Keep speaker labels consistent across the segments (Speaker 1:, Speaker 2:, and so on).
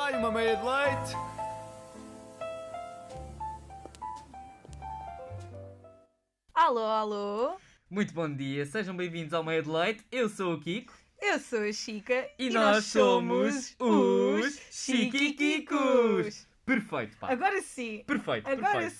Speaker 1: Ai, mamaia de leite!
Speaker 2: Alô, alô,
Speaker 3: Muito bom dia, sejam bem-vindos ao Meio de Leite. Eu sou o Kiko
Speaker 2: eu sou a Chica
Speaker 3: e, nós, somos os Chiquiquicos. Perfeito, pá.
Speaker 2: Agora sim,
Speaker 3: Perfeito,
Speaker 2: agora
Speaker 3: perfeito.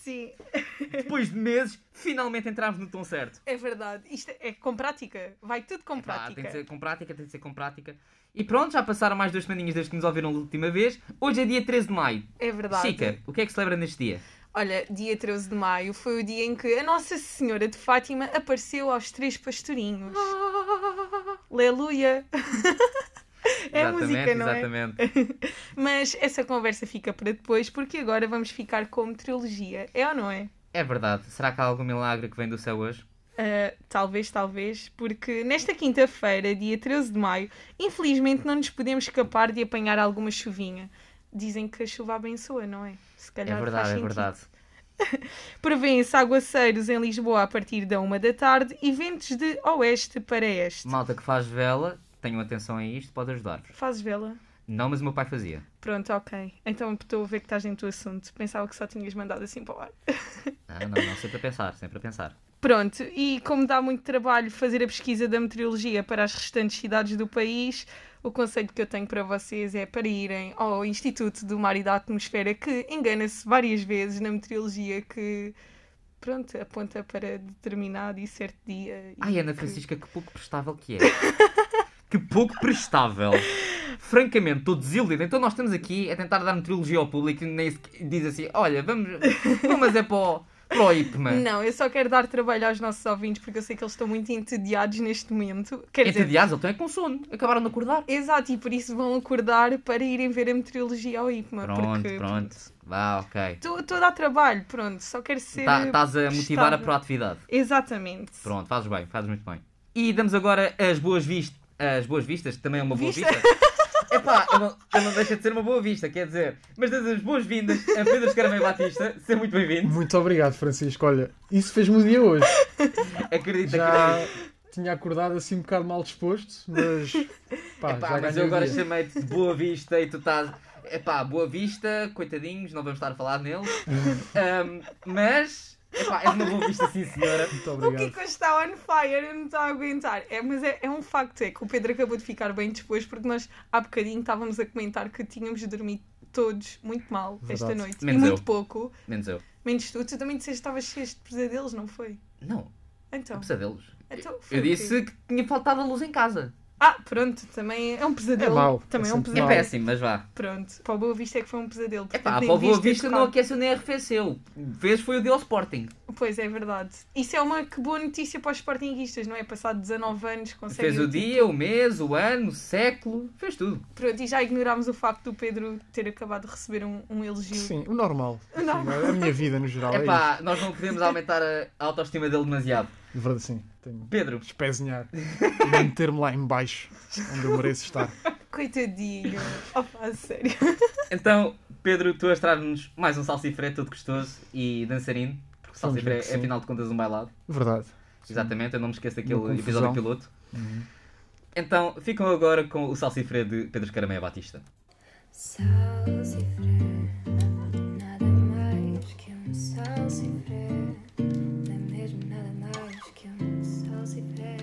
Speaker 2: sim,
Speaker 3: Depois de meses, finalmente entramos no tom certo.
Speaker 2: é verdade, isto é com prática, vai tudo com
Speaker 3: É Pá, tem que
Speaker 2: prática.
Speaker 3: ser com prática, tem que ser com prática. E pronto, já passaram mais duas semaninhas desde que nos ouviram da última vez. Hoje é dia 13 de maio.
Speaker 2: É verdade.
Speaker 3: Chica, o que é que celebra neste dia?
Speaker 2: Olha, dia 13 de maio foi o dia em que a Nossa Senhora de Fátima apareceu aos três pastorinhos.
Speaker 3: Ah.
Speaker 2: Aleluia! É
Speaker 3: exatamente,
Speaker 2: música, não é?
Speaker 3: exatamente.
Speaker 2: Mas essa conversa fica para depois, porque agora vamos ficar como trilogia, é ou não é?
Speaker 3: É verdade. Será que há algum milagre que vem do céu hoje?
Speaker 2: Uh, talvez, talvez, porque nesta quinta-feira, dia 13 de maio, infelizmente não nos podemos escapar de apanhar alguma chuvinha. Dizem que a chuva abençoa, não é? Se
Speaker 3: É
Speaker 2: calhar faz
Speaker 3: verdade, é
Speaker 2: sentido.
Speaker 3: verdade.
Speaker 2: Prevêem-se aguaceiros em Lisboa a partir da uma da tarde e ventos de oeste para este.
Speaker 3: Malta que faz vela, tenham atenção a isto, pode ajudar-vos.
Speaker 2: Fazes vela?
Speaker 3: Não, mas o meu pai fazia.
Speaker 2: Pronto, ok. Então estou a ver que estás em teu assunto. Pensava que só tinhas mandado assim para o ar.
Speaker 3: Não, Ah, não, não, sempre a pensar, sempre a pensar.
Speaker 2: Pronto, e como dá muito trabalho fazer a pesquisa da meteorologia para as restantes cidades do país, o conselho que eu tenho para vocês é para irem ao Instituto do Mar e da Atmosfera, que engana-se várias vezes na meteorologia que, pronto, aponta para determinado e certo dia. e
Speaker 3: Ai, Ana
Speaker 2: que-
Speaker 3: Francisca, que pouco prestável que é. que pouco prestável. Francamente, estou desiludido. Então nós estamos aqui a tentar dar meteorologia ao público e nem sequer- diz assim, olha, vamos, vamos é para o, para o IPMA.
Speaker 2: Não, eu só quero dar trabalho aos nossos ouvintes porque eu sei que eles estão muito entediados neste momento. Quer dizer,
Speaker 3: Entediados, então é com sono. Acabaram de acordar.
Speaker 2: exato, e por isso vão acordar para irem ver a meteorologia ao IPMA.
Speaker 3: Pronto,
Speaker 2: porque,
Speaker 3: pronto. Vá, ok.
Speaker 2: Estou a dar trabalho, pronto, só quero ser.
Speaker 3: Tá- Estás a motivar a
Speaker 2: prestável.
Speaker 3: proatividade.
Speaker 2: Exatamente.
Speaker 3: Pronto, fazes bem, fazes muito bem. E damos agora as boas vistas. As boas vistas, que também é uma boa
Speaker 2: Vista.
Speaker 3: vista. Epá, eu não, eu não deixa de ser uma boa vista, quer dizer. Mas damos as boas-vindas a Pedro Escaramei Batista. Seja muito bem-vindo.
Speaker 4: Muito obrigado, Francisco. Olha, isso fez-me o dia hoje.
Speaker 3: Acredita,
Speaker 4: Já
Speaker 3: acredita.
Speaker 4: tinha acordado assim um bocado mal disposto, mas. Pá,
Speaker 3: Epá,
Speaker 4: já
Speaker 3: mas
Speaker 4: ganhei
Speaker 3: eu
Speaker 4: o
Speaker 3: agora
Speaker 4: dia.
Speaker 3: chamei-te de Boa Vista e tu estás. Epá, Boa Vista, coitadinhos, não vamos estar a falar neles. Ahm, mas. Epá, é uma boa vista, sim, senhora.
Speaker 4: Muito
Speaker 2: O
Speaker 4: obrigado.
Speaker 2: Kiko está on fire, eu não estou a aguentar. É, mas é, é um facto, é que o Pedro acabou de ficar bem disposto porque nós há bocadinho estávamos a comentar que tínhamos dormido todos muito mal esta
Speaker 4: Verdade.
Speaker 2: noite.
Speaker 3: Menos
Speaker 2: e muito
Speaker 3: eu.
Speaker 2: pouco.
Speaker 3: Menos eu.
Speaker 2: Menos tu, tu também disseste que estavas cheio de pesadelos, não foi?
Speaker 3: Não, é
Speaker 2: Então.
Speaker 3: pesadelos.
Speaker 2: Então, foi
Speaker 3: Eu
Speaker 2: o quê?
Speaker 3: disse que tinha faltado a luz em casa.
Speaker 2: Ah, pronto, também é um pesadelo.
Speaker 4: É mau,
Speaker 2: Também é,
Speaker 4: é
Speaker 2: um
Speaker 4: sempre
Speaker 3: É
Speaker 2: pesadelo.
Speaker 4: mau.
Speaker 3: péssimo, mas vá.
Speaker 2: Pronto, para o Boa Vista é que foi um pesadelo.
Speaker 3: É
Speaker 2: portanto,
Speaker 3: pá,
Speaker 2: nem
Speaker 3: para o Boa
Speaker 2: devias ter
Speaker 3: Vista não
Speaker 2: tocado.
Speaker 3: aqueceu nem arrefeceu. Vez foi o dia ao Sporting.
Speaker 2: Pois é verdade. Isso é uma que boa notícia para os sportinguistas, não é? Passado 19 anos conseguem.
Speaker 3: Fez o dia, o mês, o ano, o século, fez tudo.
Speaker 2: Pronto, e já ignorámos o facto do Pedro ter acabado de receber um, um elogio.
Speaker 4: Sim, o normal.
Speaker 2: O normal.
Speaker 4: Sim, a minha vida no geral
Speaker 3: É
Speaker 4: é,
Speaker 3: pá, nós não podemos aumentar a a autoestima dele demasiado.
Speaker 4: isso. De verdade, sim. Tenho
Speaker 3: Pedro,
Speaker 4: de espezinhar e de meter-me lá em baixo, onde eu mereço estar.
Speaker 2: Coitadinho. Opa, a sério.
Speaker 3: então, Pedro, tu és nos mais um salsifré todo gostoso e dançarino, porque
Speaker 4: Vamos
Speaker 3: salsifré
Speaker 4: ver que
Speaker 3: é,
Speaker 4: sim.
Speaker 3: afinal de contas, um bailado.
Speaker 4: Verdade.
Speaker 3: Exatamente, eu não me esqueço
Speaker 4: Uma
Speaker 3: daquele
Speaker 4: confusão. Uhum.
Speaker 3: episódio piloto. Então, ficam agora com o salsifré de Pedro Escarameia Batista.
Speaker 5: Salsifré, nada mais que um salsifré. Não é mesmo nada mais que um salsifré.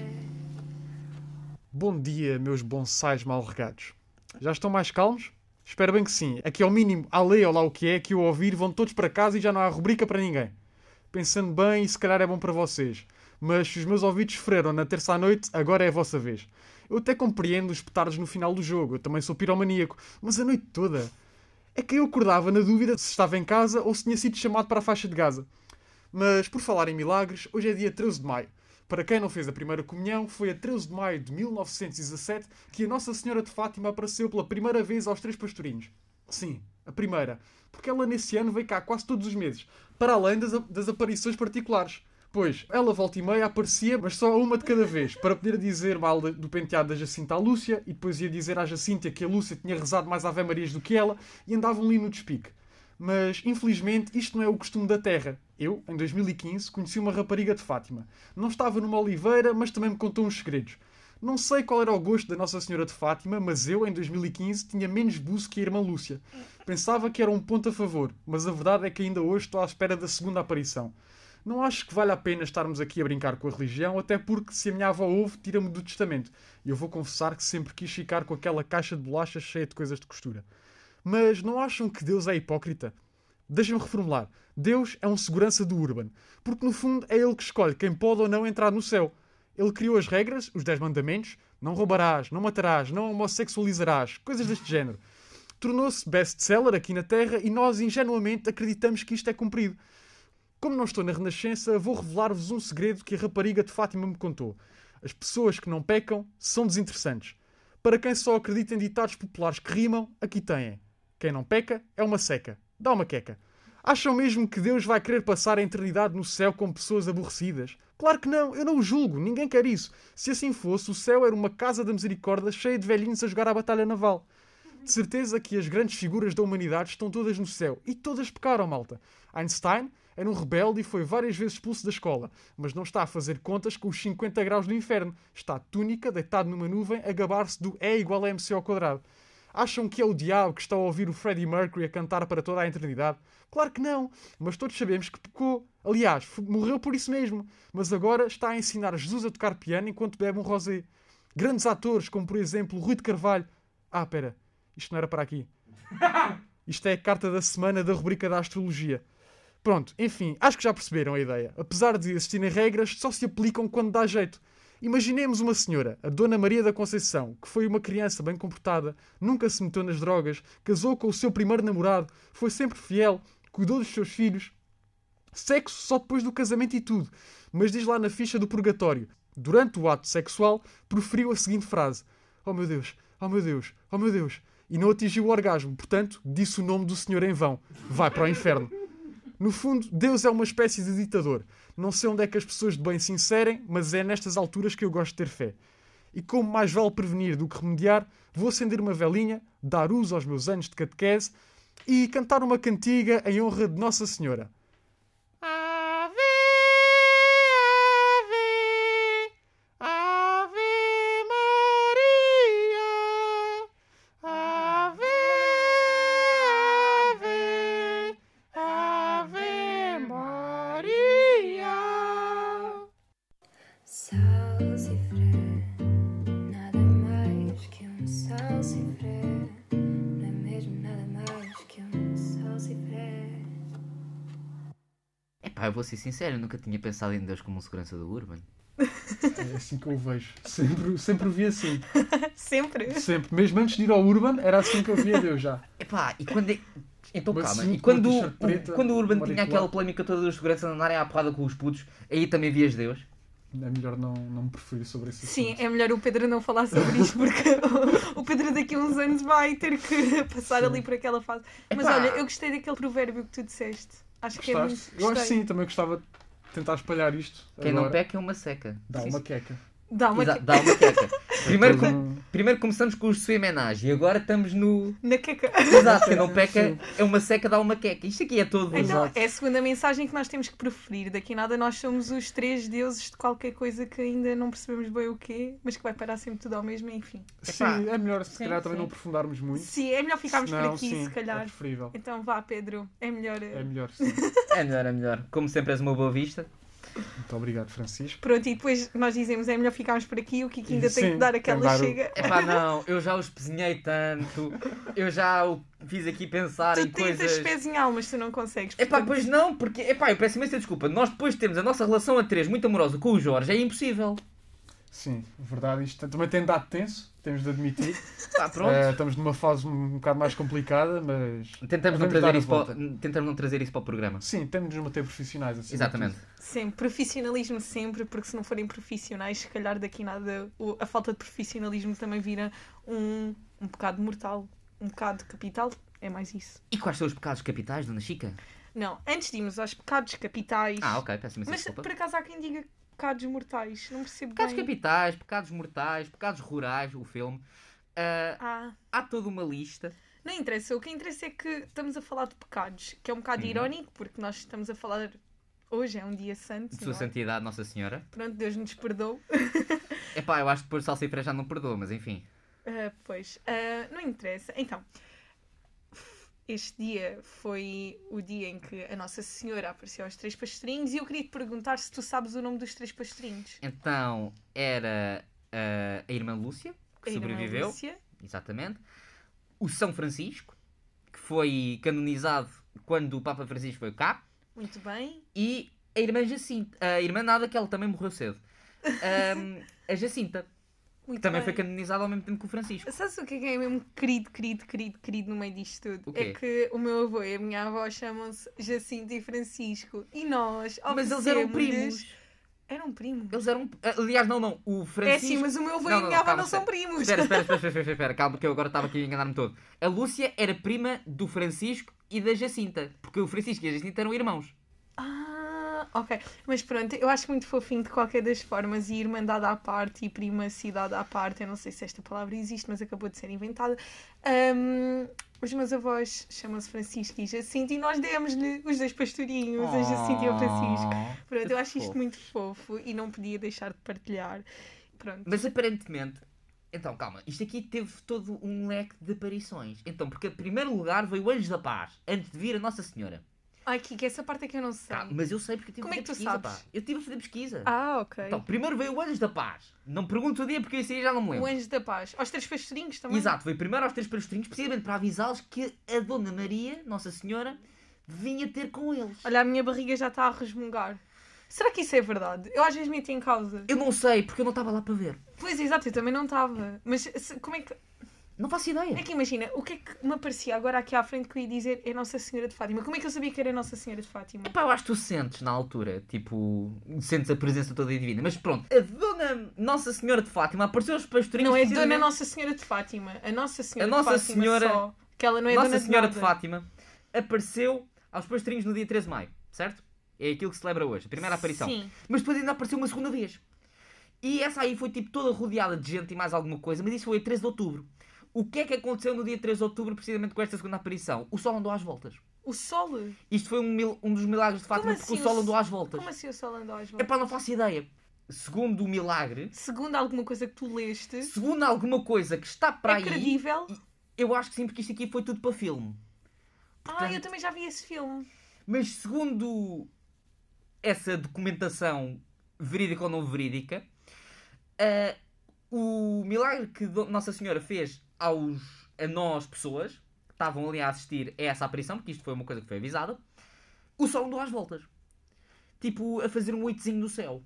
Speaker 4: Bom dia, meus bonsais mal regados. Já estão mais calmos? Espero bem que sim. Aqui ao mínimo, a lei ou lá o que é, que o ouvir, vão todos para casa e já não há rubrica para ninguém. Pensando bem, se calhar é bom para vocês. Mas se os meus ouvidos sofreram na terça à noite, agora é a vossa vez. Eu até compreendo os petardos no final do jogo, eu também sou piromaníaco, mas a noite toda. É que eu acordava na dúvida se estava em casa ou se tinha sido chamado para a faixa de Gaza. Mas por falar em milagres, hoje é dia 13 de maio. Para quem não fez a primeira comunhão, foi a 13 de maio de 1917 que a Nossa Senhora de Fátima apareceu pela primeira vez aos Três Pastorinhos. Sim, a primeira. Porque ela nesse ano veio cá quase todos os meses, para além das, das aparições particulares. Pois, ela volta e meia aparecia, mas só uma de cada vez, para poder dizer mal de- do penteado da Jacinta à Lúcia, e depois ia dizer à Jacinta que a Lúcia tinha rezado mais Ave Marias do que ela, e um andavam ali no despique. Mas, infelizmente, isto não é o costume da Terra. Eu, em 2015, conheci uma rapariga de Fátima. Não estava numa oliveira, mas também me contou uns segredos. Não sei qual era o gosto da Nossa Senhora de Fátima, mas eu, em 2015, tinha menos buço que a irmã Lúcia. Pensava que era um ponto a favor, mas a verdade é que ainda hoje estou à espera da segunda aparição. Não acho que vale a pena estarmos aqui a brincar com a religião, até porque se a minha avó ouve, tira-me do testamento. E eu vou confessar que sempre quis ficar com aquela caixa de bolachas cheia de coisas de costura. Mas não acham que Deus é hipócrita? Deixem-me reformular. Deus é um segurança do Urban, porque no fundo é ele que escolhe quem pode ou não entrar no céu. Ele criou as regras, os 10 mandamentos, não roubarás, não matarás, não homossexualizarás, coisas deste género. Tornou-se best-seller aqui na Terra e nós ingenuamente acreditamos que isto é cumprido. Como não estou na Renascença, vou revelar-vos um segredo que a rapariga de Fátima me contou. As pessoas que não pecam são desinteressantes. Para quem só acredita em ditados populares que rimam, aqui têm. Quem não peca é uma seca. Dá uma queca. Acham mesmo que Deus vai querer passar a eternidade no céu com pessoas aborrecidas? Claro que não, eu não o julgo, ninguém quer isso. Se assim fosse, o céu era uma casa da misericórdia cheia de velhinhos a jogar à batalha naval. De certeza que as grandes figuras da humanidade estão todas no céu. E todas pecaram, malta. Einstein era um rebelde e foi várias vezes expulso da escola. Mas não está a fazer contas com os 50 graus do inferno. Está túnica, deitado numa nuvem, a gabar-se do E igual a MC ao quadrado. Acham que é o diabo que está a ouvir o Freddie Mercury a cantar para toda a eternidade? Claro que não, mas todos sabemos que pecou. Aliás, f- morreu por isso mesmo. Mas agora está a ensinar Jesus a tocar piano enquanto bebe um rosé. Grandes atores, como por exemplo Rui de Carvalho. Ah, pera, isto não era para aqui. Isto é a carta da semana da rubrica da astrologia. Pronto, enfim, acho que já perceberam a ideia. Apesar de existirem regras, só se aplicam quando dá jeito. Imaginemos uma senhora, a Dona Maria da Conceição, que foi uma criança bem comportada, nunca se meteu nas drogas, casou com o seu primeiro namorado, foi sempre fiel, cuidou dos seus filhos, Sexo só depois do casamento e tudo. Mas diz lá na ficha do purgatório. Durante o ato sexual, proferiu a seguinte frase: Oh meu Deus, oh meu Deus, oh meu Deus. E não atingiu o orgasmo, portanto, disse o nome do Senhor em vão. Vai para o inferno. No fundo, Deus é uma espécie de ditador. Não sei onde é que as pessoas de bem se inserem, mas é nestas alturas que eu gosto de ter fé. E como mais vale prevenir do que remediar, vou acender uma velinha, dar uso aos meus anos de catequese e cantar uma cantiga em honra de Nossa Senhora. Ave, ave, ave Maria. Ave, ave, ave Maria.
Speaker 5: Sal sem fre, nada mais que um sal sem fre. Não é mesmo nada mais que um sal sem fre.
Speaker 3: Epá, eu vou ser sincero, eu nunca tinha pensado em Deus como um segurança do Urban.
Speaker 4: É assim que eu vejo. Sempre, sempre vi assim.
Speaker 2: Sempre.
Speaker 4: Sempre. Mesmo antes de ir ao Urban, era assim que eu via Deus já.
Speaker 3: Epá, e quando. é- Então
Speaker 4: Mas
Speaker 3: calma,
Speaker 4: sim,
Speaker 3: e quando,
Speaker 4: com uma t-shirt preta,
Speaker 3: o, um, quando o Urban
Speaker 4: uma
Speaker 3: tinha
Speaker 4: auricular.
Speaker 3: aquela polémica toda dos seguranças andarem à porrada com os putos, aí também vias Deus?
Speaker 4: É melhor não, não me preferir sobre esse
Speaker 2: Sim,
Speaker 4: assunto.
Speaker 2: é melhor o Pedro não falar sobre isto porque o, o Pedro daqui a uns anos vai ter que passar ali por aquela fase. Mas
Speaker 3: Epá.
Speaker 2: olha, eu gostei daquele provérbio que tu disseste. Acho que é muito.
Speaker 4: Gostaste? Eu acho que
Speaker 2: gostei.
Speaker 4: sim, também gostava de tentar espalhar isto.
Speaker 3: Quem não
Speaker 4: agora.
Speaker 3: peca é uma seca.
Speaker 4: Dá
Speaker 3: Sim,
Speaker 4: uma
Speaker 3: sim.
Speaker 4: queca.
Speaker 2: Dá uma
Speaker 3: Exa-
Speaker 2: que-
Speaker 3: Dá uma queca. primeiro,
Speaker 4: Todo
Speaker 3: com-
Speaker 4: um-
Speaker 3: primeiro começamos com os sua homenagem e agora estamos no.
Speaker 2: na queca.
Speaker 3: Exato, quem não peca é uma seca, dá uma queca. Isto aqui é todo.
Speaker 2: Então,
Speaker 4: Exato.
Speaker 2: é a segunda mensagem que nós temos que preferir. Daqui a nada nós somos os três deuses de qualquer coisa que ainda não percebemos bem o quê, mas que vai parar sempre tudo ao mesmo, enfim.
Speaker 4: Sim,
Speaker 3: Epá.
Speaker 4: é melhor se
Speaker 3: Sim,
Speaker 4: calhar também
Speaker 3: sim.
Speaker 4: não aprofundarmos muito.
Speaker 2: Sim, é melhor ficarmos por
Speaker 4: Senão,
Speaker 2: aqui,
Speaker 4: sim,
Speaker 2: se
Speaker 4: É
Speaker 2: calhar.
Speaker 4: preferível.
Speaker 2: Então vá, Pedro, é melhor. eh,
Speaker 4: É melhor, sim.
Speaker 3: É melhor, é melhor. Como sempre, és uma boa vista.
Speaker 4: Muito obrigado, Francisco.
Speaker 2: Pronto, e depois nós dizemos é melhor ficarmos por aqui, o Kiki ainda tem
Speaker 4: Sim,
Speaker 2: que dar aquela
Speaker 4: tem que dar o-
Speaker 2: chega.
Speaker 3: Epá, não, eu já os pezinhei tanto, eu já o fiz aqui pensar
Speaker 2: Tu
Speaker 3: em coisas.
Speaker 2: tentas pezinhal, mas tu não consegues.
Speaker 3: Epá,
Speaker 2: portanto,
Speaker 3: pois não, porque epá, eu peço imensa desculpa. Nós depois temos a nossa relação a três muito amorosa com o Jorge, é impossível.
Speaker 4: Sim, verdade, isto também tem dado tenso, temos de admitir.
Speaker 3: Pá, pronto.
Speaker 4: Eh, estamos numa fase um bocado mais complicada, mas.
Speaker 3: Tentamos, não
Speaker 4: vamos dar
Speaker 3: trazer
Speaker 4: a
Speaker 3: isso para,
Speaker 4: volta.
Speaker 3: o- tentamos não trazer isso para o programa.
Speaker 4: Sim, temos de nos manter profissionais assim.
Speaker 3: Exatamente.
Speaker 2: Sempre, profissionalismo sempre, porque se não forem profissionais, se calhar daqui nada o- a falta de profissionalismo também vira um, um pecado mortal, um pecado capital. É mais isso.
Speaker 3: E quais são os pecados capitais, Dona Chica?
Speaker 2: Não, antes de irmos aos pecados capitais.
Speaker 3: Ah, ok, peço imensa
Speaker 2: Mas
Speaker 3: desculpa.
Speaker 2: por acaso há quem diga pecados mortais, não percebo
Speaker 3: Pecados
Speaker 2: bem.
Speaker 3: capitais, pecados mortais, pecados rurais, o filme. Ah,
Speaker 2: Ah,
Speaker 3: há toda uma lista.
Speaker 2: Não interessa, o que interessa é que estamos a falar de pecados, que é um bocado
Speaker 3: Uhum.
Speaker 2: irónico, porque nós estamos a falar Hoje é um dia santo.
Speaker 3: de
Speaker 2: não
Speaker 3: Sua
Speaker 2: é?
Speaker 3: Santidade Nossa Senhora.
Speaker 2: Pronto, Deus nos perdoou.
Speaker 3: Epá, eu acho que depois salsifra já não perdoa, mas enfim.
Speaker 2: Ah, pois, ah, não interessa. Então, este dia foi o dia em que a Nossa Senhora apareceu aos três pastorinhos e eu queria te perguntar se tu sabes o nome dos três pastorinhos.
Speaker 3: Então, era ah, a irmã Lúcia, que
Speaker 2: A irmã
Speaker 3: sobreviveu.
Speaker 2: Lúcia.
Speaker 3: Exatamente. O São Francisco, que foi canonizado quando o Papa Francisco foi cá.
Speaker 2: Muito bem.
Speaker 3: E a irmã Jacinta. A irmã nada, que ela também morreu cedo. Ahm, a Jacinta, que
Speaker 2: Muito
Speaker 3: também
Speaker 2: bem.
Speaker 3: foi canonizada ao mesmo tempo que o Francisco.
Speaker 2: Sabes o que é, que é mesmo querido, querido, querido, querido no meio disto tudo?
Speaker 3: O quê?
Speaker 2: É que o meu avô e a minha avó chamam-se Jacinto e Francisco. E nós,
Speaker 3: Mas eles eram
Speaker 2: oferecemos-lhes-
Speaker 3: primos.
Speaker 2: Eram primos.
Speaker 3: Eles eram. Aliás, não, não. O
Speaker 2: É sim,
Speaker 3: Francisco.
Speaker 2: mas o meu avô
Speaker 3: Não,
Speaker 2: e a
Speaker 3: não,
Speaker 2: minha avó
Speaker 3: calma,
Speaker 2: não são
Speaker 3: espera.
Speaker 2: primos.
Speaker 3: Espera, espera, espera, espera, espera, espera, calma, que eu agora estava aqui a enganar-me todo. A Lúcia era prima do Francisco e da Jacinta, porque o Francisco e a Jacinta eram irmãos.
Speaker 2: Ah, ok. Mas pronto, eu acho muito fofinho de qualquer das formas e irmandade à parte e primacidade à parte. Eu não sei se esta palavra existe, mas acabou de ser inventada. Ahm, os meus avós chamam-se Francisco e Jacinto e nós demos-lhe os dois pastorinhos, a Jacinto e o Francisco.
Speaker 3: Oh.
Speaker 2: Pronto, eu acho isto
Speaker 3: Fofo.
Speaker 2: muito fofo e não podia deixar de partilhar. Pronto.
Speaker 3: Mas aparentemente. Então, calma, isto aqui teve todo um leque de aparições. Então, porque em primeiro lugar veio o Anjo da Paz, antes de vir a Nossa Senhora.
Speaker 2: Ai, Kika, essa parte é que eu não sei.
Speaker 3: Tá, mas eu sei porque eu tive
Speaker 2: Como
Speaker 3: a
Speaker 2: é
Speaker 3: fazer
Speaker 2: que tu
Speaker 3: pesquisa,
Speaker 2: sabes?
Speaker 3: pá. Eu tive a fazer pesquisa.
Speaker 2: Ah, ok.
Speaker 3: Então, primeiro veio o Anjo da Paz. Não me pergunto o dia porque isso aí já não me
Speaker 2: o
Speaker 3: lembro.
Speaker 2: Anjo da Paz. Aos três pastorinhos também.
Speaker 3: Exato, veio primeiro aos três pastorinhos, precisamente para avisá-los que a Dona Maria, Nossa Senhora, vinha ter com eles.
Speaker 2: Olha, a minha barriga já está a resmungar. Será que isso é verdade? Eu às vezes meto em causa.
Speaker 3: Eu não sei, porque eu não estava lá para ver.
Speaker 2: Pois, exato, eu também não estava. Mas se- como é que.
Speaker 3: Não faço ideia.
Speaker 2: É que imagina, o que é que me aparecia agora aqui à frente que eu ia dizer é Nossa Senhora de Fátima? Como é que eu sabia que era Nossa Senhora de Fátima?
Speaker 3: Epá, eu acho que tu sentes na altura, tipo, sentes a presença toda divina. Mas pronto, a Dona Nossa Senhora de Fátima apareceu aos pastorinhos.
Speaker 2: Não, é
Speaker 3: precisamente-
Speaker 2: Dona Nossa Senhora de Fátima. A Nossa Senhora
Speaker 3: A Nossa
Speaker 2: de Fátima
Speaker 3: Senhora-
Speaker 2: só. Que ela não é
Speaker 3: Nossa
Speaker 2: dona
Speaker 3: Senhora
Speaker 2: de,
Speaker 3: de,
Speaker 2: nada.
Speaker 3: Fátima apareceu aos pastorinhos no dia 13 de maio, certo? É aquilo que se celebra hoje, a primeira aparição.
Speaker 2: Sim.
Speaker 3: Mas depois ainda apareceu uma segunda vez. E essa aí foi tipo toda rodeada de gente e mais alguma coisa, mas isso foi a 13 de outubro. O que é que aconteceu no dia 13 de outubro, precisamente com esta segunda aparição? O sol andou às voltas.
Speaker 2: O Sol?
Speaker 3: Isto foi um, mil- um dos milagres de Fátima,
Speaker 2: Como
Speaker 3: porque
Speaker 2: assim
Speaker 3: o sol
Speaker 2: o-
Speaker 3: andou às voltas.
Speaker 2: Como assim o Sol andou às
Speaker 3: É
Speaker 2: voltas?
Speaker 3: para não faço ideia. Segundo o milagre,
Speaker 2: Segundo alguma coisa que tu leste,
Speaker 3: segundo alguma coisa que está para
Speaker 2: é
Speaker 3: aí,
Speaker 2: credível?
Speaker 3: eu acho que sim, porque isto aqui foi tudo para filme.
Speaker 2: Ah, eu também já vi esse filme.
Speaker 3: Mas segundo essa documentação verídica ou não verídica, ah, o milagre que Do- Nossa Senhora fez aos, a nós pessoas que estavam ali a assistir a essa aparição, porque isto foi uma coisa que foi avisada, o sol andou às voltas. Tipo, a fazer um oitozinho no céu.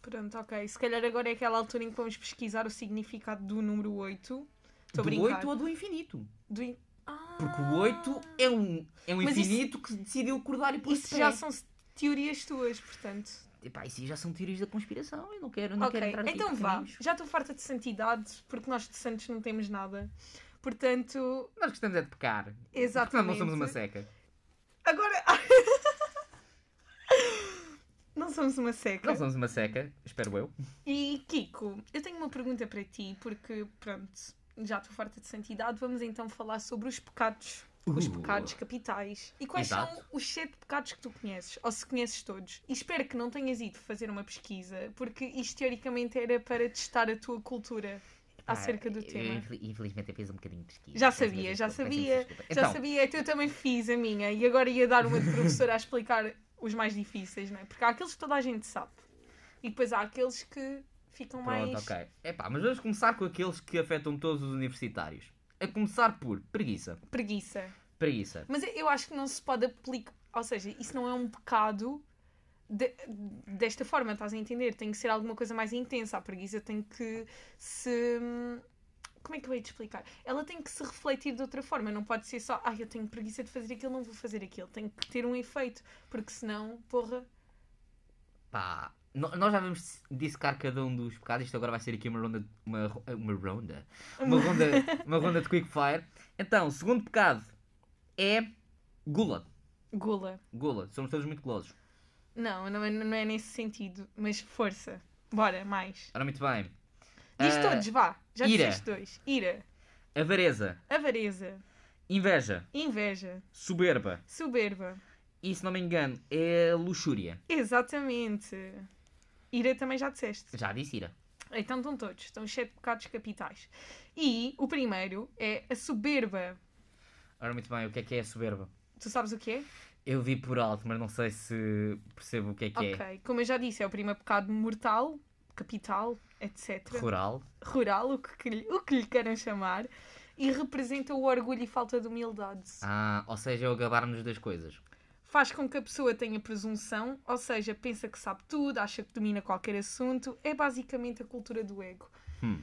Speaker 2: Pronto, ok. Se calhar agora é aquela altura em que vamos pesquisar o significado do número 8. Estou a
Speaker 3: do
Speaker 2: brincar.
Speaker 3: 8 ou do infinito.
Speaker 2: Do in- Ah,
Speaker 3: Porque o 8 é um, é um
Speaker 2: Mas isso-
Speaker 3: infinito que decidiu acordar e pôr-se de
Speaker 2: Isso
Speaker 3: pé.
Speaker 2: já são teorias tuas, portanto.
Speaker 3: Epá, isso já são teorias da conspiração. Eu não quero, eu não
Speaker 2: ok,
Speaker 3: quero entrar tipo aqui
Speaker 2: então
Speaker 3: por
Speaker 2: vá.
Speaker 3: caminhos.
Speaker 2: Já estou farta de santidade, porque nós de santos não temos nada. Portanto,
Speaker 3: Nós gostamos é de pecar.
Speaker 2: Exatamente.
Speaker 3: Porque Nós não somos uma seca.
Speaker 2: agora. não somos uma seca.
Speaker 3: Nós somos uma seca, espero eu.
Speaker 2: E Kiko, eu tenho uma pergunta para ti, porque pronto, já estou farta de santidade, vamos então falar sobre os pecados. Os
Speaker 3: Uh.
Speaker 2: pecados capitais. E quais são
Speaker 3: Exato.
Speaker 2: os sete pecados que tu conheces? Ou se conheces todos? E espero que não tenhas ido fazer uma pesquisa, porque isto teoricamente era para testar a tua cultura acerca do
Speaker 3: Ah, eu
Speaker 2: tema.
Speaker 3: infel- Infelizmente eu fiz um bocadinho de pesquisa.
Speaker 2: Já
Speaker 3: Peço imensa
Speaker 2: sabia, já
Speaker 3: desculpa, peço
Speaker 2: sabia,
Speaker 3: imensa desculpa.
Speaker 2: já
Speaker 3: Então,
Speaker 2: sabia, então eu também fiz a minha. E agora ia dar uma de professora a explicar os mais difíceis, não é? Porque há aqueles que toda a gente sabe. E depois há aqueles que ficam
Speaker 3: Pronto,
Speaker 2: mais.
Speaker 3: ok. Epá, mas vamos começar com aqueles que afetam todos os universitários. A começar por preguiça.
Speaker 2: preguiça.
Speaker 3: Preguiça.
Speaker 2: Mas eu acho que não se pode aplicar. Ou seja, isso não é um pecado de- desta forma, estás a entender? Tem que ser alguma coisa mais intensa. A preguiça tem que se. Como é que eu hei de explicar? Ela tem que se refletir de outra forma. Não pode ser só, ah, eu tenho preguiça de fazer aquilo, não vou fazer aquilo. Tem que ter um efeito, porque senão, porra.
Speaker 3: Pá, no- nós já vamos dissecar cada um dos pecados. Isto agora vai ser aqui uma ronda. Uma, ro- uma ronda. Uma ronda, uma ronda de quick fire. Então, segundo pecado é gula.
Speaker 2: Gula.
Speaker 3: Gula. Somos todos muito gulosos.
Speaker 2: Não, não é, não é nesse sentido, mas força. Bora, mais.
Speaker 3: Ora, muito bem.
Speaker 2: Diz
Speaker 3: Ah,
Speaker 2: todos, vá. Já
Speaker 3: ira.
Speaker 2: disseste dois. Ira,
Speaker 3: Avareza,
Speaker 2: avareza,
Speaker 3: inveja,
Speaker 2: inveja,
Speaker 3: soberba,
Speaker 2: soberba,
Speaker 3: e se não me engano é luxúria.
Speaker 2: Exatamente. Ira também já disseste.
Speaker 3: Já disse ira.
Speaker 2: Então estão todos, estão os sete pecados capitais. E o primeiro é a soberba.
Speaker 3: Ora, muito bem, o que é que é a soberba?
Speaker 2: Tu sabes o que é?
Speaker 3: Eu vi por alto, mas não sei se percebo o que é que é.
Speaker 2: Ok, como eu já disse, é o primeiro pecado mortal, capital, etc.
Speaker 3: Rural.
Speaker 2: Rural, o que, que lhe- o que lhe queiram chamar. E representa o orgulho e falta de humildade.
Speaker 3: Ah, ou seja, é o gabar-nos das coisas.
Speaker 2: Faz com que a pessoa tenha presunção, ou seja, pensa que sabe tudo, acha que domina qualquer assunto. É basicamente a cultura do ego.
Speaker 3: Hum.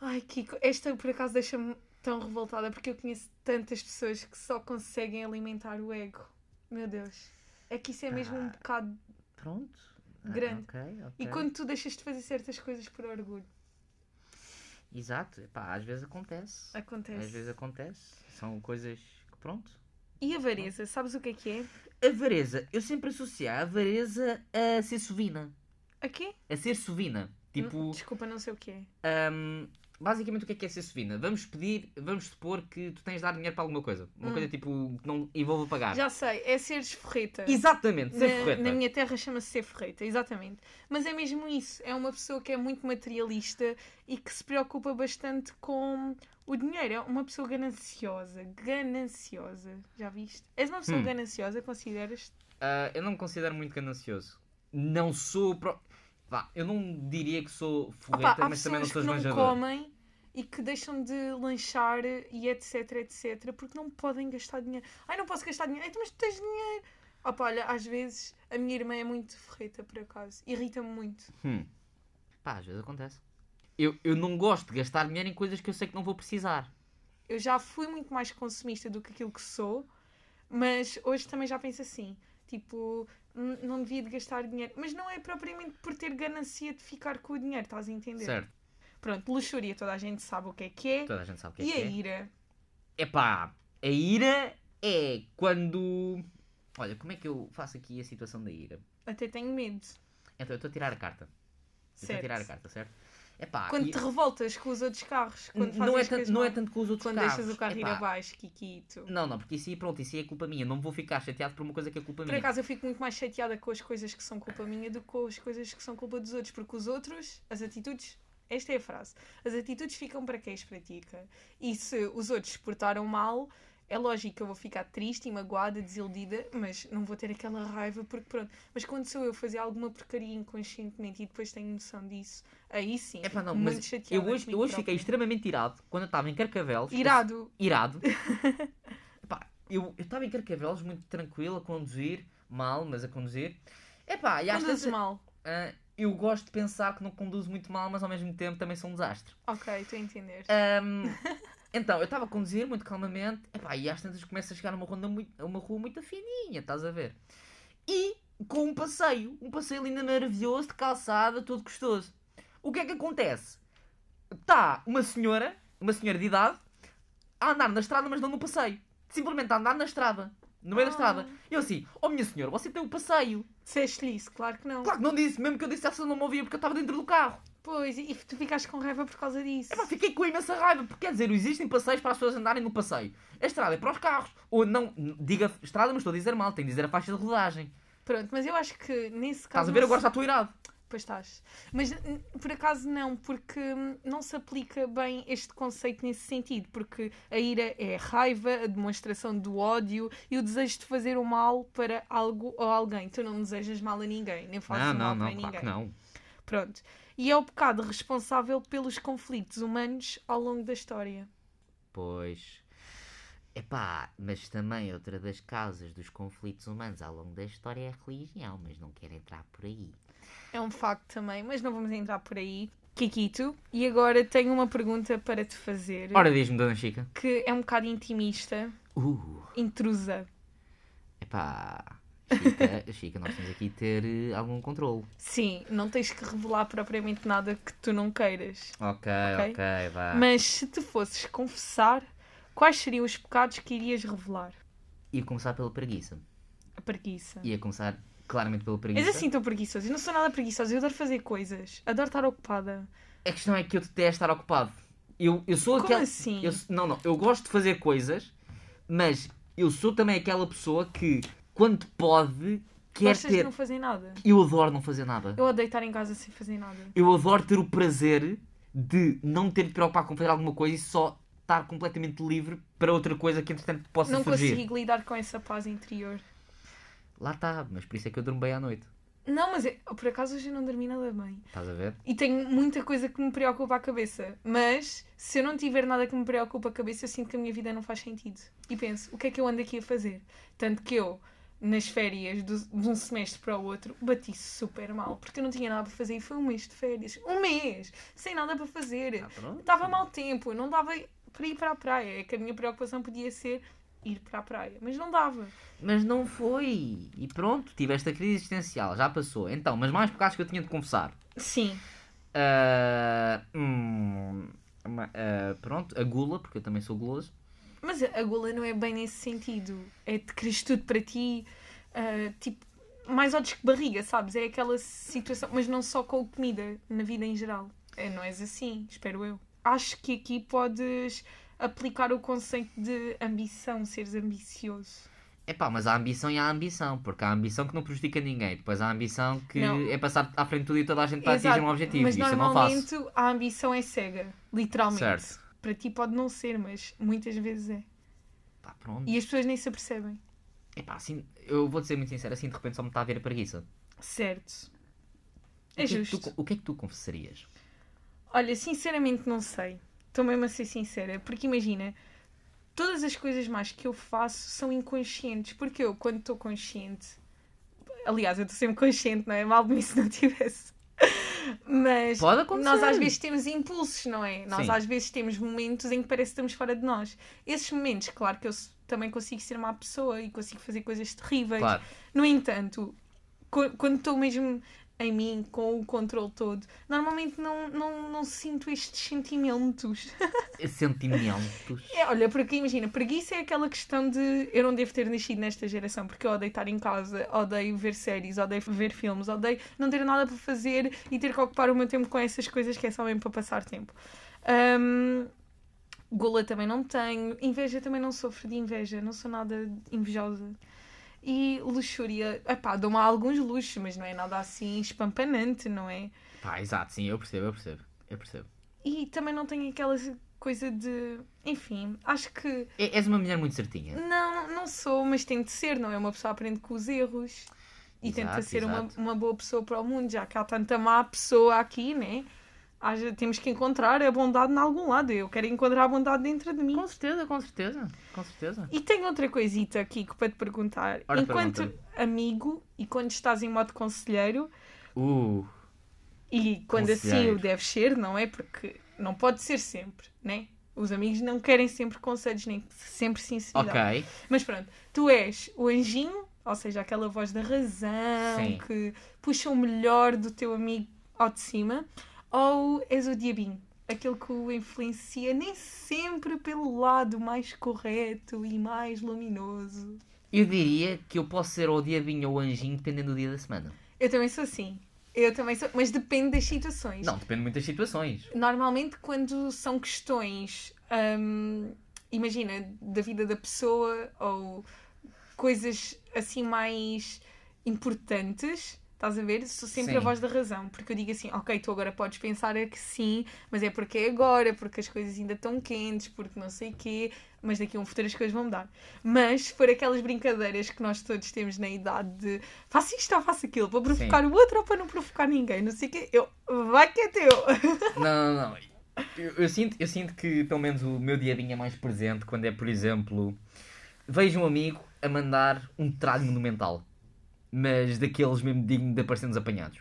Speaker 2: Ai, Kiko, esta por acaso deixa-me tão revoltada porque eu conheço tantas pessoas que só conseguem alimentar o ego. Meu Deus. É que isso é mesmo um bocado.
Speaker 3: Pronto. Ah,
Speaker 2: Grande.
Speaker 3: ok, Ah, ok.
Speaker 2: E quando tu deixas de fazer certas coisas por orgulho,
Speaker 3: Exato, epá, às vezes acontece. Às
Speaker 2: acontece.
Speaker 3: vezes é- acontece. São coisas que pronto.
Speaker 2: E avareza, sabes o que é que é?
Speaker 3: Avareza. Eu sempre associei a avareza a ser sovina.
Speaker 2: A quê?
Speaker 3: A ser sovina. Tipo,
Speaker 2: Não- Desculpa, não sei o que é.
Speaker 3: hum, basicamente o que é que é ser sovina? Vamos pedir, vamos supor que tu tens de dar dinheiro para alguma coisa. Uma
Speaker 2: Hum.
Speaker 3: coisa tipo que não envolve pagar.
Speaker 2: Já sei, é seres ferreta.
Speaker 3: Exatamente, ser
Speaker 2: na,
Speaker 3: correta.
Speaker 2: na minha terra chama-se ser ferreta, exatamente. Mas é mesmo isso. É uma pessoa que é muito materialista e que se preocupa bastante com o dinheiro. É uma pessoa gananciosa. Gananciosa. Já viste? És uma pessoa
Speaker 3: Hum.
Speaker 2: gananciosa, consideras?
Speaker 3: Ah, eu não me considero muito ganancioso. Não sou. Pro... Vá, eu não diria que sou
Speaker 2: Opa,
Speaker 3: forreta,
Speaker 2: há
Speaker 3: então, mas também não
Speaker 2: pessoas
Speaker 3: sou
Speaker 2: que não
Speaker 3: esbanjador.
Speaker 2: comem e que deixam de lanchar e etc, etc, porque não podem gastar dinheiro. Ai, não posso gastar dinheiro. Então, mas tu tens dinheiro. Opa, olha, às vezes a minha irmã é muito ferreta, por acaso. Irrita-me muito.
Speaker 3: Hum. Pá, às vezes acontece. Eu, eu não gosto de gastar dinheiro em coisas que eu sei que não vou precisar.
Speaker 2: Eu já fui muito mais consumista do que aquilo que sou, mas hoje também já penso assim. Tipo, "Hum, não devia de gastar dinheiro. Mas não é propriamente por ter ganancia de ficar com o dinheiro, estás a entender?
Speaker 3: Certo?
Speaker 2: Pronto, luxúria, toda a gente sabe o que é que é.
Speaker 3: Toda a gente sabe o que
Speaker 2: e a
Speaker 3: é que
Speaker 2: ira?
Speaker 3: é. Epá, a ira é quando. Olha, como é que eu faço aqui a situação da ira?
Speaker 2: Até tenho medo.
Speaker 3: Então, eu estou a tirar a carta. Eu Estou a
Speaker 2: Certo.
Speaker 3: tirar a carta, certo? Epá,
Speaker 2: Quando
Speaker 3: e-
Speaker 2: te revoltas com os outros carros, quando fazes
Speaker 3: não, é
Speaker 2: as coisas
Speaker 3: tanto, não é
Speaker 2: mal,
Speaker 3: tanto com os outros
Speaker 2: quando
Speaker 3: carros.
Speaker 2: deixas o carro ir
Speaker 3: Epá,
Speaker 2: abaixo, Kikito.
Speaker 3: Não, não, porque isso aí, pronto, isso aí é culpa minha. Não vou ficar chateado por uma coisa que é culpa
Speaker 2: Por
Speaker 3: minha.
Speaker 2: acaso eu fico muito mais chateada com as coisas que são culpa minha do que com as coisas que são culpa dos outros, porque os outros, as atitudes, esta é a frase, as atitudes ficam para quem as pratica. E se os outros se portaram mal, é lógico que eu vou ficar triste e magoada, desiludida, mas não vou ter aquela raiva porque pronto. Mas quando sou eu a fazer alguma porcaria inconscientemente e depois tenho noção disso, aí sim.
Speaker 3: Epá, não,
Speaker 2: fico muito
Speaker 3: mas
Speaker 2: chateada
Speaker 3: eu hoje, eu
Speaker 2: é comigo
Speaker 3: hoje fiquei
Speaker 2: própria.
Speaker 3: extremamente irado quando eu estava em Carcavelos.
Speaker 2: Irado.
Speaker 3: irado. Epá, eu eu estava em Carcavelos muito tranquilo a conduzir, mal, mas a conduzir. Epá, e às
Speaker 2: Conduzes
Speaker 3: vezes,
Speaker 2: mal.
Speaker 3: ah, eu gosto de pensar que não conduzo muito mal, mas ao mesmo tempo também sou um desastre.
Speaker 2: Ok, estou a entender.
Speaker 3: Ahm, então, eu estava a conduzir muito calmamente, epá, e às tantas começa a chegar a uma, ronda muito, a uma rua muito fininha, estás a ver? E com um passeio, um passeio lindo, maravilhoso, de calçada, todo gostoso. O que é que acontece? Está uma senhora, uma senhora de idade, a andar na estrada, mas não no passeio. Simplesmente a andar na estrada, no meio da
Speaker 2: Ah.
Speaker 3: estrada. E eu assim, oh minha senhora, você tem o passeio.
Speaker 2: Disseste-lhe isso, claro que não.
Speaker 3: Claro que não disse, mesmo que eu dissesse, ela não me ouvia porque eu estava dentro do carro.
Speaker 2: Pois, e e tu ficaste com raiva por causa disso.
Speaker 3: Epá, fiquei com imensa raiva, porque quer dizer, existem passeios para as pessoas andarem no passeio. A estrada é para os carros. Ou não, n- diga estrada, mas estou a dizer mal, tenho de dizer a faixa de rodagem.
Speaker 2: Pronto, mas eu acho que nesse
Speaker 3: Estás
Speaker 2: caso.
Speaker 3: a ver
Speaker 2: não
Speaker 3: agora
Speaker 2: se-
Speaker 3: está tu irado.
Speaker 2: Pois estás. Mas n- por acaso não, porque hum, não se aplica bem este conceito nesse sentido, porque a ira é a raiva, a demonstração do ódio e o desejo de fazer o mal para algo ou alguém. Tu não desejas mal a ninguém, nem fazes mal para ninguém.
Speaker 3: não.
Speaker 2: Pronto. E é o pecado responsável pelos conflitos humanos ao longo da história.
Speaker 3: Pois. Epá, mas também outra das causas dos conflitos humanos ao longo da história é a religião, mas não quero entrar por aí.
Speaker 2: É um facto também, mas não vamos entrar por aí. Kikito, e agora tenho uma pergunta para te fazer.
Speaker 3: Ora, diz-me, Dona Chica.
Speaker 2: que é um bocado intimista,
Speaker 3: Uh,
Speaker 2: intrusa.
Speaker 3: epá. Chica, Chica, nós temos aqui de ter eh, algum controle.
Speaker 2: Sim, não tens que revelar propriamente nada que tu não queiras.
Speaker 3: Ok,
Speaker 2: Ok.
Speaker 3: vá.
Speaker 2: Mas se te fosses confessar, quais seriam os pecados que irias revelar?
Speaker 3: E começar pela preguiça.
Speaker 2: A preguiça.
Speaker 3: Ia começar claramente pela
Speaker 2: És
Speaker 3: preguiça.
Speaker 2: assim tão preguiçosa. Eu não sou nada preguiçosa. Eu adoro fazer coisas. Adoro estar ocupada.
Speaker 3: A questão é que eu detesto estar ocupado. Eu, eu sou
Speaker 2: Como
Speaker 3: aquela.
Speaker 2: assim?
Speaker 3: eu- não, não. Eu gosto de fazer coisas, mas eu sou também aquela pessoa que quando pode, quer
Speaker 2: Vocês
Speaker 3: ter.
Speaker 2: não fazem nada.
Speaker 3: Eu adoro não fazer nada.
Speaker 2: Eu odeio estar em casa sem fazer nada.
Speaker 3: Eu adoro ter o prazer de não me ter de preocupar com fazer alguma coisa e só estar completamente livre para outra coisa que entretanto possa
Speaker 2: não
Speaker 3: surgir.
Speaker 2: consigo lidar com essa paz interior.
Speaker 3: Lá está, mas por isso é que eu durmo bem à noite.
Speaker 2: Não, mas eu- por acaso hoje eu não dormi nada bem.
Speaker 3: Estás a ver?
Speaker 2: E tenho muita coisa que me preocupa a cabeça. Mas se eu não tiver nada que me preocupa a cabeça, eu sinto que a minha vida não faz sentido. E penso, o que é que eu ando aqui a fazer? Tanto que eu, nas férias do- de um semestre para o outro, bati super mal. Porque eu não tinha nada para fazer e foi um mês de férias. Um mês! Sem nada para fazer.
Speaker 3: Ah, pronto.
Speaker 2: Estava mau tempo, não dava para ir para a praia. É que a minha preocupação podia ser ir para a praia. Mas não dava.
Speaker 3: Mas não foi. E pronto, tive esta crise existencial, já passou. Então, mas mais pecados que eu tinha de confessar.
Speaker 2: Sim.
Speaker 3: Ah, hum, ma- ah, pronto, a gula, porque eu também sou guloso.
Speaker 2: Mas a gula não é bem nesse sentido. É de queres tudo para ti, ah, tipo, mais olhos que barriga, sabes? É aquela situação, mas não só com a comida, na vida em geral. É, não és assim, espero eu. Acho que aqui podes aplicar o conceito de ambição, seres ambicioso.
Speaker 3: Epá, mas há ambição e há ambição, porque há ambição que não prejudica ninguém, depois há ambição que
Speaker 2: Não.
Speaker 3: é passar à frente de tudo e toda a gente para
Speaker 2: Exato,
Speaker 3: atingir um objetivo.
Speaker 2: Mas
Speaker 3: Isso eu não faço.
Speaker 2: normalmente a ambição é cega, literalmente.
Speaker 3: Certo.
Speaker 2: Para ti pode não ser, mas muitas vezes é.
Speaker 3: Pá, pronto.
Speaker 2: E as pessoas nem se apercebem.
Speaker 3: Epá, assim, eu vou ser muito sincero, assim de repente só me está a ver a preguiça.
Speaker 2: Certo.
Speaker 3: o, que
Speaker 2: É
Speaker 3: que
Speaker 2: justo.
Speaker 3: tu, o que é que tu confessarias?
Speaker 2: Olha, sinceramente não sei. Estou mesmo a ser sincera, porque imagina, todas as coisas mais que eu faço são inconscientes, porque eu, quando estou consciente, aliás, eu estou sempre consciente, não é? Mal de mim se não tivesse. Mas
Speaker 3: Pode acontecer.
Speaker 2: nós às vezes temos impulsos, não é? Nós
Speaker 3: Sim.
Speaker 2: às vezes temos momentos em que parece que estamos fora de nós. Esses momentos, claro que eu s- também consigo ser má pessoa e consigo fazer coisas terríveis,
Speaker 3: Claro.
Speaker 2: no entanto, co- quando estou mesmo em mim, com o controle todo, normalmente não, não, não sinto estes sentimentos.
Speaker 3: Sentimentos.
Speaker 2: É, olha, porque imagina, preguiça é aquela questão de eu não devo ter nascido nesta geração, porque eu odeio estar em casa, odeio ver séries, odeio ver filmes, odeio não ter nada para fazer e ter que ocupar o meu tempo com essas coisas que é só mesmo para passar tempo. Hum, Gula também não tenho, inveja também não sofro de inveja, não sou nada invejosa. E luxúria, epá, dou-me alguns luxos, mas não é nada assim espampanante, não é?
Speaker 3: Pá, exato, sim, eu percebo, eu percebo. Eu percebo.
Speaker 2: E também não tenho aquela coisa de. Enfim, acho que
Speaker 3: É- és uma mulher muito certinha.
Speaker 2: Não, não sou, mas tem de ser, não é? Uma pessoa aprende com os erros e
Speaker 3: Exato,
Speaker 2: tenta ser uma,
Speaker 3: exato.
Speaker 2: uma boa pessoa para o mundo, já que há tanta má pessoa aqui, né? Haja, temos que encontrar a bondade em algum lado. Eu quero encontrar a bondade dentro de mim.
Speaker 3: Com certeza, com certeza. Com certeza.
Speaker 2: E tenho outra coisita aqui que para te perguntar.
Speaker 3: Ora,
Speaker 2: Enquanto
Speaker 3: pergunta-me.
Speaker 2: amigo e quando estás em modo conselheiro,
Speaker 3: Uh,
Speaker 2: e quando assim
Speaker 3: Conselheiro.
Speaker 2: o deves ser, não é? Porque não pode ser sempre, né? Os amigos não querem sempre conselhos, nem sempre sinceridade.
Speaker 3: ok.
Speaker 2: Mas pronto, tu és o anjinho, ou seja, aquela voz da razão
Speaker 3: Sim.
Speaker 2: que puxa o melhor do teu amigo ao de cima, ou és o diabinho, aquele que o influencia nem sempre pelo lado mais correto e mais luminoso.
Speaker 3: Eu diria que eu posso ser ou o diabinho ou o anjinho, dependendo do dia da semana.
Speaker 2: Eu também sou assim. Eu também sou, mas depende das situações.
Speaker 3: Não, depende muito das situações.
Speaker 2: Normalmente, quando são questões, hum, imagina, da vida da pessoa ou coisas assim mais importantes, estás a ver? Sou sempre
Speaker 3: Sim.
Speaker 2: a voz da razão, porque eu digo assim, ok, tu agora podes pensar é que sim, mas é porque é agora, porque as coisas ainda estão quentes, porque não sei quê, mas daqui a um futuro as coisas vão mudar. Mas se for aquelas brincadeiras que nós todos temos na idade de faça isto ou faça aquilo, para provocar o outro ou para não provocar ninguém, não sei o quê, eu vai que é teu!
Speaker 3: Não, não, não. Eu, eu sinto, eu sinto que pelo menos o meu diabinho é mais presente quando é, por exemplo, vejo um amigo a mandar um trago monumental. Mas daqueles mesmo digno de aparecermos apanhados.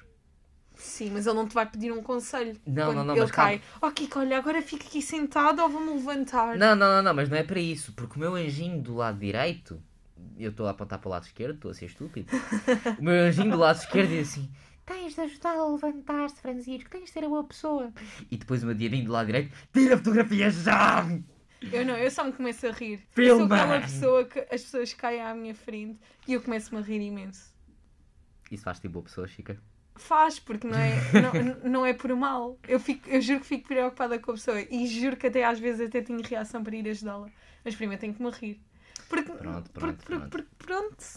Speaker 2: Sim, mas ele não te vai pedir um conselho.
Speaker 3: Não,
Speaker 2: quando
Speaker 3: não, não,
Speaker 2: Ele
Speaker 3: mas
Speaker 2: cai. Ó, Kiko, olha, agora fica aqui sentado ou vou-me levantar.
Speaker 3: Não, não, não, não, mas não é para isso, porque o meu anjinho do lado direito, eu estou a apontar para o lado esquerdo, estou a ser estúpido. o meu anjinho do lado esquerdo diz assim: tens de ajudar a levantar-se, Francisco, tens de ser a boa pessoa. E depois o meu diabinho do lado direito, tira a fotografia já!
Speaker 2: Eu não, eu só me começo a rir. Eu sou
Speaker 3: Filma!
Speaker 2: aquela pessoa que as pessoas caem à minha frente e eu começo-me a rir imenso.
Speaker 3: Isso faz tipo boa pessoa, Chica.
Speaker 2: Faz, porque não é, não, não é por mal. Eu, fico, eu juro que fico preocupada com a pessoa e juro que até às vezes até tenho reação para ir ajudá-la. Mas primeiro tenho que me rir. Porque, porque-
Speaker 3: Pronto, pronto,
Speaker 2: porque-
Speaker 3: pronto.
Speaker 2: porque-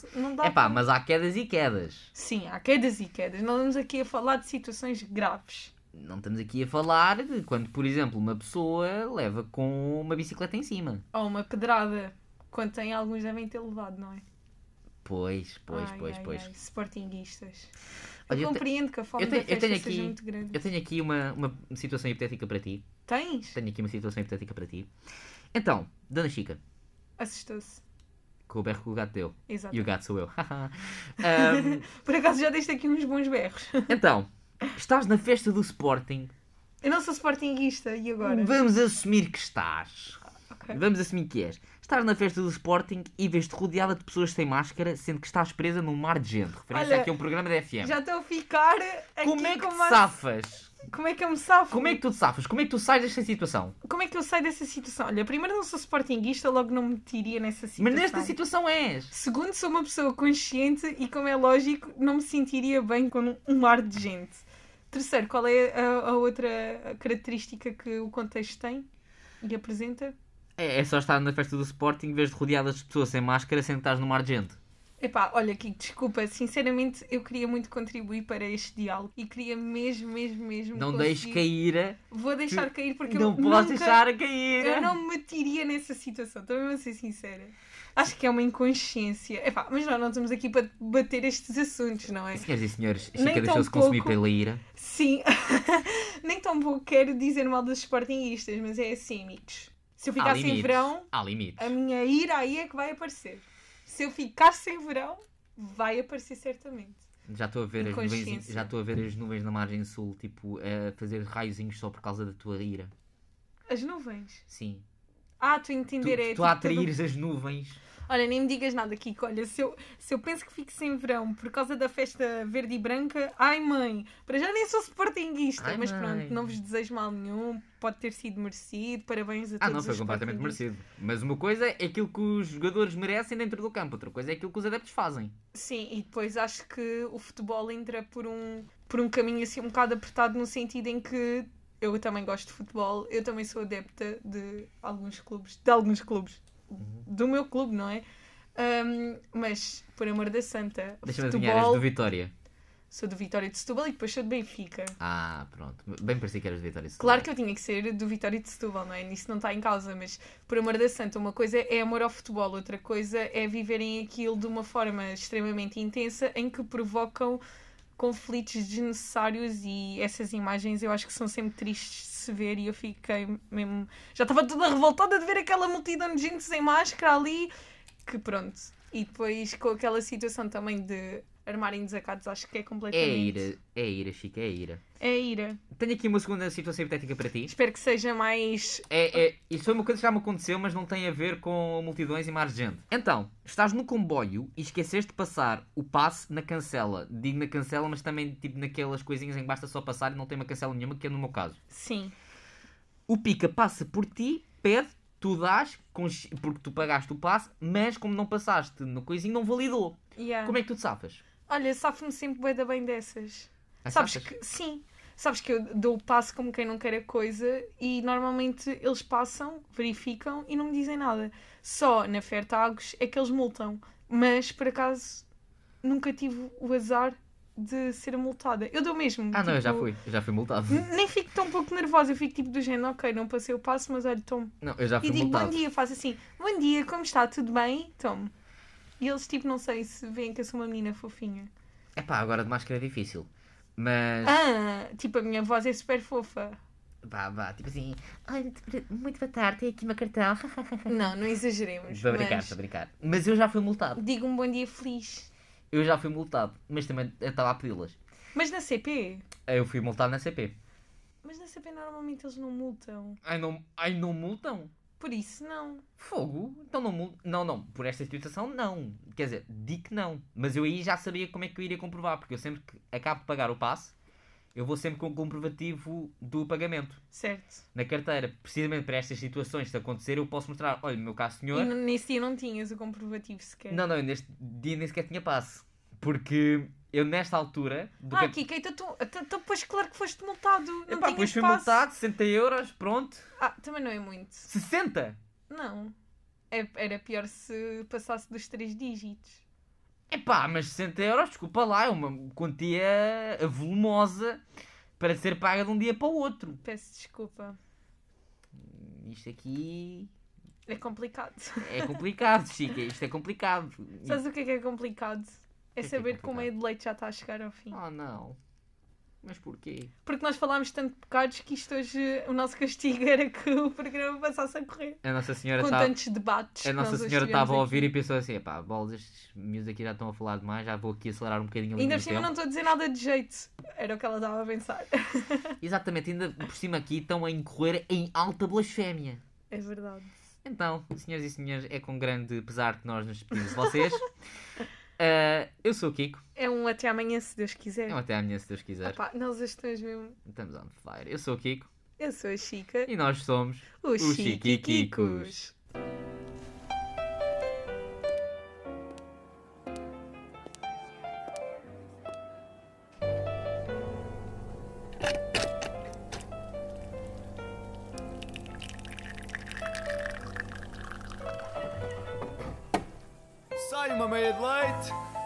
Speaker 2: pronto, não dá.
Speaker 3: É pá, mas há quedas e quedas.
Speaker 2: Sim, há quedas e quedas. Nós estamos aqui a falar de situações graves.
Speaker 3: Não estamos aqui a falar de quando, por exemplo, uma pessoa leva com uma bicicleta em cima.
Speaker 2: Ou uma pedrada. Quando tem, alguns devem ter levado, não é?
Speaker 3: Pois, pois,
Speaker 2: Ai,
Speaker 3: pois,
Speaker 2: ai,
Speaker 3: pois.
Speaker 2: ai, Sportinguistas.
Speaker 3: Olha,
Speaker 2: eu
Speaker 3: eu te-
Speaker 2: compreendo que a fome
Speaker 3: eu tenho-
Speaker 2: da
Speaker 3: eu
Speaker 2: festa
Speaker 3: tenho
Speaker 2: seja
Speaker 3: aqui-
Speaker 2: muito grande.
Speaker 3: Eu tenho aqui uma, uma situação hipotética para ti.
Speaker 2: Tens?
Speaker 3: Tenho aqui uma situação hipotética para ti. Então, Dona Chica,
Speaker 2: Assustou-se.
Speaker 3: com o berro que o gato deu.
Speaker 2: Exato.
Speaker 3: E o gato sou eu. Ahm,
Speaker 2: Por acaso já deste aqui uns bons berros.
Speaker 3: então, estás na festa do Sporting.
Speaker 2: Eu não sou sportinguista, e agora?
Speaker 3: Vamos assumir que estás.
Speaker 2: Ok.
Speaker 3: Vamos assumir que és. Estás na festa do Sporting e vês-te rodeada de pessoas sem máscara, sendo que estás presa num mar de gente. Referência
Speaker 2: Olha,
Speaker 3: aqui a um programa da FM.
Speaker 2: Já estou a ficar aqui
Speaker 3: Como é que
Speaker 2: com
Speaker 3: te
Speaker 2: uma-
Speaker 3: safas?
Speaker 2: Como é que eu me salvo?
Speaker 3: Como é que tu te safas? Como é que tu sais desta situação?
Speaker 2: Como é que eu saio dessa situação? Olha, primeiro não sou sportinguista, logo não me metiria nessa situação.
Speaker 3: Mas nesta situação és.
Speaker 2: Segundo, sou uma pessoa consciente e, como é lógico, não me sentiria bem com um mar de gente. Terceiro, qual é a, a outra característica que o contexto tem e apresenta?
Speaker 3: É, é só estar na festa do Sporting, vês-te rodeada de pessoas sem máscara, sendo que estás num mar de gente.
Speaker 2: Epá, olha aqui, desculpa, sinceramente eu queria muito contribuir para este diálogo e queria mesmo, mesmo, mesmo.
Speaker 3: Não
Speaker 2: conseguir.
Speaker 3: deixes cair. a-
Speaker 2: Vou deixar cair porque
Speaker 3: Não
Speaker 2: eu
Speaker 3: podes
Speaker 2: nunca...
Speaker 3: deixar cair. a-
Speaker 2: Eu não me metiria nessa situação, também vou ser sincera. Acho que é uma inconsciência. Epá, mas nós não estamos aqui para debater estes assuntos, não é?
Speaker 3: Senhoras e senhores,
Speaker 2: Nem
Speaker 3: Chica
Speaker 2: tão
Speaker 3: deixou-se consumir
Speaker 2: pouco.
Speaker 3: pela ira.
Speaker 2: Sim, nem tão pouco quero dizer mal dos sportinguistas, mas é assim, amigos. Se eu
Speaker 3: Há
Speaker 2: ficar sem
Speaker 3: limites.
Speaker 2: assim verão,
Speaker 3: Há limites.
Speaker 2: a minha ira aí é que vai aparecer. Se eu ficar sem verão, vai aparecer certamente.
Speaker 3: Já estou a ver as nuvens,
Speaker 2: Inconsciência.
Speaker 3: já estou a ver as nuvens na margem sul, tipo, a fazer raiozinhos só por causa da tua ira.
Speaker 2: As nuvens.
Speaker 3: Sim.
Speaker 2: Ah, tu
Speaker 3: Tu,
Speaker 2: entender é.
Speaker 3: tu a
Speaker 2: tipo todo um-
Speaker 3: atraíres as nuvens.
Speaker 2: Olha, nem me digas nada, Kiko. Olha, se eu, se eu penso que fico sem verão por causa da festa verde e branca, ai mãe, para já nem sou sportinguista,
Speaker 3: Ai,
Speaker 2: mas
Speaker 3: mãe.
Speaker 2: pronto, não vos desejo mal nenhum, pode ter sido merecido, parabéns a
Speaker 3: Ah,
Speaker 2: todos.
Speaker 3: não, foi
Speaker 2: os
Speaker 3: completamente
Speaker 2: sportinguistas.
Speaker 3: merecido. Mas uma coisa é aquilo que os jogadores merecem dentro do campo, outra coisa é aquilo que os adeptos fazem.
Speaker 2: Sim, e depois acho que o futebol entra por um, por um caminho assim um bocado apertado no sentido em que eu também gosto de futebol, eu também sou adepta de alguns clubes, de alguns clubes,
Speaker 3: Uhum.
Speaker 2: do meu clube, não é? Ahm, mas, por amor da santa,
Speaker 3: Deixa-me adivinhar, és
Speaker 2: futebol,
Speaker 3: do Vitória.
Speaker 2: sou do Vitória de Setúbal e depois sou do Benfica.
Speaker 3: Ah, pronto. Bem parecia que eras do Vitória.
Speaker 2: Claro que eu tinha que ser do Vitória de Setúbal, não é? Nisso não está em causa, mas por amor da santa, uma coisa é amor ao futebol, outra coisa é viverem aquilo de uma forma extremamente intensa em que provocam conflitos desnecessários e essas imagens eu acho que são sempre tristes de se ver e eu fiquei mesmo... Já estava toda revoltada de ver aquela multidão de gente sem máscara ali, que pronto. E depois com aquela situação também de armarem desacatos, acho que é
Speaker 3: É a
Speaker 2: completamente...
Speaker 3: ira, é a ira, Chica, é a ira.
Speaker 2: É a ira.
Speaker 3: Tenho aqui uma segunda situação hipotética para ti.
Speaker 2: Espero que seja mais
Speaker 3: É, é, isso foi uma coisa que já me aconteceu, mas não tem a ver com multidões e mais gente. Então, estás no comboio e esqueceste de passar o passe na cancela. Digo na cancela, mas também tipo naquelas coisinhas em que basta só passar e não tem uma cancela nenhuma, que é no meu caso.
Speaker 2: Sim,
Speaker 3: O pica passa por ti, pede, tu dás, consci- porque tu pagaste o passe, mas como não passaste no coisinho, não validou.
Speaker 2: yeah.
Speaker 3: Como é que tu te safas?
Speaker 2: Olha, safo-me sempre bué da bem dessas.
Speaker 3: Ah,
Speaker 2: Sabes
Speaker 3: safas?
Speaker 2: que, sim, sabes que eu dou o passo como quem não quer a coisa e normalmente eles passam, verificam e não me dizem nada. Só na Fertagos é que eles multam, mas por acaso nunca tive o azar de ser multada. Eu dou mesmo.
Speaker 3: Ah, não, eu já
Speaker 2: tipo,
Speaker 3: fui. Eu já fui multado.
Speaker 2: n- Nem fico tão pouco nervosa, eu fico tipo do género, ok, não passei o passo, mas olha, tome.
Speaker 3: Não, eu já fui
Speaker 2: E digo bom
Speaker 3: multado.
Speaker 2: dia, faço assim, bom dia, como está? Tudo bem? Tome. E eles tipo, não sei se veem que eu sou uma menina fofinha.
Speaker 3: É pá, agora de máscara é difícil. Mas.
Speaker 2: Ah, tipo, a minha voz é super fofa.
Speaker 3: Vá, vá, tipo assim. Ai, muito- muito boa tarde, tem aqui uma cartão.
Speaker 2: Não, não exageremos.
Speaker 3: Estou a brincar,
Speaker 2: mas
Speaker 3: estou a brincar. Mas eu já fui multado.
Speaker 2: Digo um bom dia feliz.
Speaker 3: Eu já fui multado. Mas também eu estava a pedi-las.
Speaker 2: Mas na CP?
Speaker 3: Eu fui multado na CP.
Speaker 2: Mas na CP normalmente eles não multam.
Speaker 3: Ai, não, ai, não multam?
Speaker 2: Por isso, não.
Speaker 3: Fogo? Então não multam. Não, não. Por esta situação, não. Quer dizer, digo que não. Mas eu aí já sabia como é que eu iria comprovar. Porque eu sempre que acabo de pagar o passe, eu vou sempre com o comprovativo do pagamento.
Speaker 2: Certo.
Speaker 3: Na carteira, precisamente para estas situações se acontecer, eu posso mostrar, olha, meu caro senhor,
Speaker 2: E n- nesse dia não tinhas o comprovativo sequer.
Speaker 3: Não, não, eu neste dia nem sequer tinha passe. Porque eu nesta altura. do
Speaker 2: Ah,
Speaker 3: campe-
Speaker 2: Kika, então, tu- então, então, pois claro que foste multado. Não
Speaker 3: Epá,
Speaker 2: tinhas
Speaker 3: pois fui
Speaker 2: passe.
Speaker 3: multado, 60 euros, pronto.
Speaker 2: Ah, também não é muito.
Speaker 3: 60?
Speaker 2: Não. É- Era pior se passasse dos três dígitos.
Speaker 3: Epá, mas 60 euros, desculpa lá, é uma quantia volumosa para ser paga de um dia para o outro.
Speaker 2: Peço desculpa.
Speaker 3: Isto aqui
Speaker 2: É complicado.
Speaker 3: é complicado, Chica, isto é complicado.
Speaker 2: Sabes o que é que é complicado? É
Speaker 3: que é
Speaker 2: saber que o
Speaker 3: complicado?
Speaker 2: meio de leite já está a chegar ao fim.
Speaker 3: Oh não. Mas porquê?
Speaker 2: Porque nós falámos tanto de pecados que isto hoje, o nosso castigo era que o programa passasse a correr.
Speaker 3: A Nossa Senhora
Speaker 2: Com
Speaker 3: estava.
Speaker 2: tantos debates.
Speaker 3: A
Speaker 2: que
Speaker 3: Nossa
Speaker 2: nós hoje
Speaker 3: Senhora
Speaker 2: tivemos
Speaker 3: estava a
Speaker 2: aqui.
Speaker 3: ouvir e pensou assim: epá, bolas, estes miúdos aqui já estão a falar demais, já vou aqui acelerar um bocadinho ali.
Speaker 2: Ainda por cima não estou a dizer nada de jeito. Era o que ela estava a pensar.
Speaker 3: Exatamente, ainda por cima aqui estão a incorrer em alta blasfémia.
Speaker 2: É verdade.
Speaker 3: Então, senhoras e senhores, é com grande pesar que nós nos despedimos de vocês. Ah, eu sou o Kiko,
Speaker 2: É um até amanhã, se Deus quiser.
Speaker 3: eu É um até amanhã se Deus quiser.
Speaker 2: Epá, nós hoje estamos mesmo.
Speaker 3: Estamos on fire. Eu sou o Kiko
Speaker 2: Eu sou a Chica.
Speaker 3: e nós somos
Speaker 2: Os,
Speaker 3: Os
Speaker 2: Chiquiquicos.
Speaker 3: Chiquiquicos.
Speaker 1: Sai uma meia de leite.